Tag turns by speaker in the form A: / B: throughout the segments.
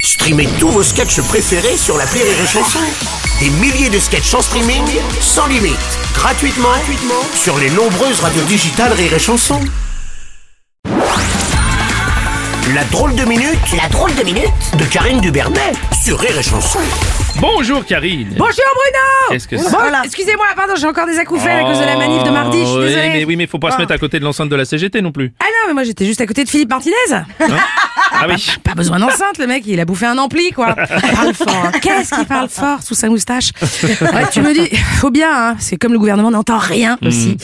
A: Streamez tous vos sketchs préférés sur la Rire et Chanson. Des milliers de sketchs en streaming, sans limite, gratuitement, gratuitement sur les nombreuses radios digitales Rire et Chanson. La drôle de minute, la drôle de minute de Karine Dubernet sur Rire et Chanson.
B: Bonjour Karine.
C: Bonjour Bruno
B: Qu'est-ce que c'est
C: Bon, Excusez-moi, pardon, j'ai encore des acouphènes à cause de la manif de mardi, je suis
B: Ah oui,
C: désolée.
B: mais oui, mais faut pas se mettre à côté de l'enceinte de la CGT non plus.
C: Ah non, mais moi j'étais juste à côté de Philippe Martinez
B: hein ah oui.
C: Pas besoin d'enceinte, le mec, il a bouffé un ampli, quoi Il parle fort, hein. qu'est-ce qu'il parle fort sous sa moustache Ouais, tu me dis, faut bien, hein, c'est comme le gouvernement n'entend rien
B: Hmm.
C: aussi.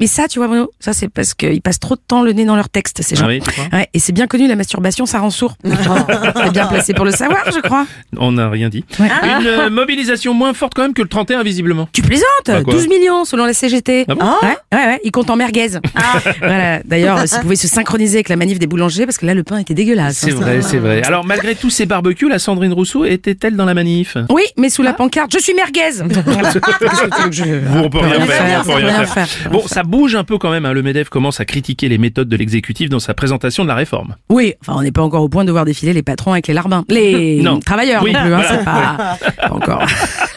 C: Mais ça, tu vois Bruno, ça c'est parce qu'ils passent trop de temps le nez dans leurs textes, ces gens.
B: Ah oui, tu crois
C: ouais, et c'est bien connu, la masturbation, ça rend sourd. T'es bien placé pour le savoir, je crois.
B: On n'a rien dit.
C: Ah.
B: Une euh, mobilisation moins forte quand même que le 31 visiblement.
C: Tu plaisantes
B: Bah, quoi
C: 12 millions selon la CGT.
B: Ah bon
C: ouais, ouais, ouais, ils comptent en merguez. Ah. Voilà. D'ailleurs, euh, si vous pouvez se synchroniser avec la manif des boulangers, parce que là, le pain était dégueulasse.
B: C'est
C: hein,
B: vrai, c'est vrai. Alors malgré tous ces barbecues, la Sandrine Rousseau était-elle dans la manif
C: ça. Oui, mais sous la
B: Ah.
C: pancarte, je suis merguez. Qu'est-ce que tu veux que je-
B: Vous, on peut rien
C: rien
B: faire,
C: faire,
B: on peut
C: on
B: rien
C: peut rien
B: faire.
C: faire.
B: Bon, ça bouge un peu quand même. hein. Le Medef commence à critiquer les méthodes de l'exécutif dans sa présentation de la réforme.
C: Oui, enfin, on n'est pas encore au point de voir défiler les patrons avec les larbins. Les
B: Non.
C: travailleurs
B: Oui,
C: non plus, hein,
B: voilà.
C: c'est pas, pas encore.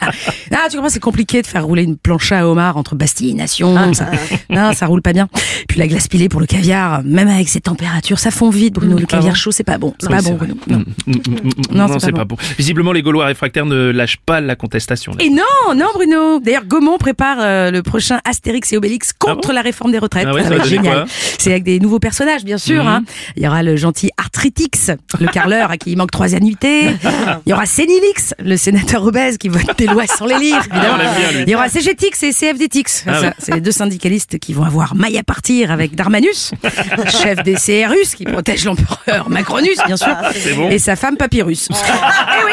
C: ah, tu comprends, c'est compliqué de faire rouler une plancha à homard entre Bastille et Nation.
B: Ah.
C: ça, non, ça roule pas bien. Puis la glace pilée pour le caviar, même avec ces températures, ça fond vite, Bruno. Le
B: Ah
C: caviar
B: bon
C: chaud, c'est pas bon. C'est
B: Oui,
C: pas
B: c'est
C: bon,
B: vrai.
C: Bruno. Non.
B: Mm, mm, mm, mm,
C: Non,
B: non, c'est pas, bon. Visiblement, les Gaulois réfractaires ne lâchent pas la contestation. là.
C: Et non, non Bruno. D'ailleurs, Gaumont prépare euh, le prochain Astérix et Obélix contre
B: Ah bon
C: la réforme des retraites.
B: Ah ouais, ça va
C: être
B: donner
C: génial.
B: quoi Mhm.
C: C'est avec des nouveaux personnages, bien sûr. hein. Il y aura le gentil Arthritix, le carleur à qui il manque trois annuités. Il y aura Sénilix, le sénateur obèse qui vote des lois sans les lire. évidemment.
B: Ah, on l'aime bien, lui.
C: il y aura CGTix et CFDTix.
B: Ah
C: Ça,
B: ouais.
C: C'est les deux syndicalistes qui vont avoir maille à partir avec Darmanus, chef des CRUS qui protège l'empereur Macronus, bien sûr,
B: Ah, bon. Oh.
C: et sa femme Papyrus. Eh oui,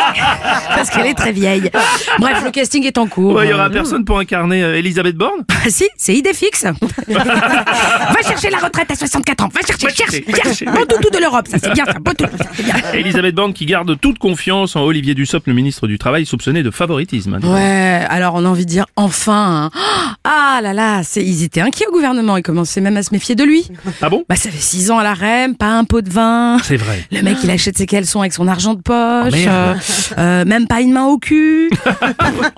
C: parce qu'elle est très vieille. Bref, le casting est en cours.
B: Ouais, Il y aura
C: Euh,
B: personne pour incarner euh, Elisabeth Borne
C: ah si, c'est Idéfix. va chercher la retraite à 64 ans. Va chercher,
B: Va
C: cherche,
B: chercher, va
C: cherche.
B: chercher.
C: Bon toutou de l'Europe, ça c'est bien, ça. Bon toutou, ça, c'est bien.
B: Elisabeth Borne qui garde toute confiance en Olivier Dussopt, le ministre du Travail, soupçonné de favoritisme.
C: Ouais, alors on a envie de dire enfin. hein. Ah là là, c'est- ils étaient inquiets au gouvernement. Ils commençaient même à se méfier de lui.
B: Ah bon
C: Bah ça fait 6 ans à la REM, pas un pot de vin.
B: C'est vrai.
C: Le mec, il achète ses caleçons avec son argent
B: Oh,
C: de poche,
B: merde.
C: euh, euh, même pas une main au cul.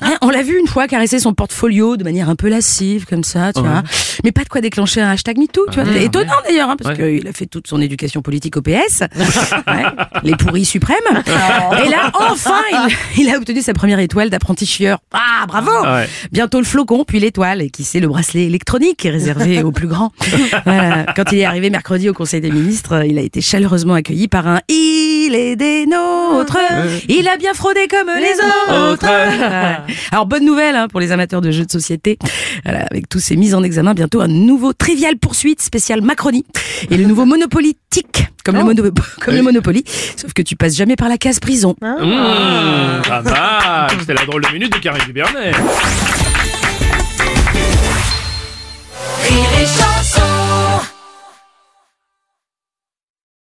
C: Hein, on l'a vu une fois caresser son portfolio de manière un peu lascive, comme ça, tu vois. Mais pas de quoi déclencher un hashtag MeToo, tu vois. C'est étonnant d'ailleurs, hein, parce qu'il a fait toute son éducation politique au PS, Ouais, les pourris suprêmes. Et là, enfin, il, il a obtenu sa première étoile d'apprenti chieur. Ah, bravo
B: Ah ouais.
C: Bientôt le flocon, puis l'étoile, et qui sait, le bracelet électronique est réservé aux plus grands. Voilà. Quand il est arrivé mercredi au Conseil des ministres, il a été chaleureusement accueilli par un Il est des nôtres, il a bien fraudé comme les autres. Voilà. Alors, bonne nouvelle hein, pour les amateurs de jeux de société. Voilà, avec tous ces mises en examen, bientôt un nouveau Trivial Poursuite spécial Macronie et le nouveau Monopoly Tic, comme, le, mono- comme le Monopoly, sauf que tu passes jamais par la case prison.
B: Ah bah, Mmh, pas mal. C'était la drôle de minute de Karine Dubernet.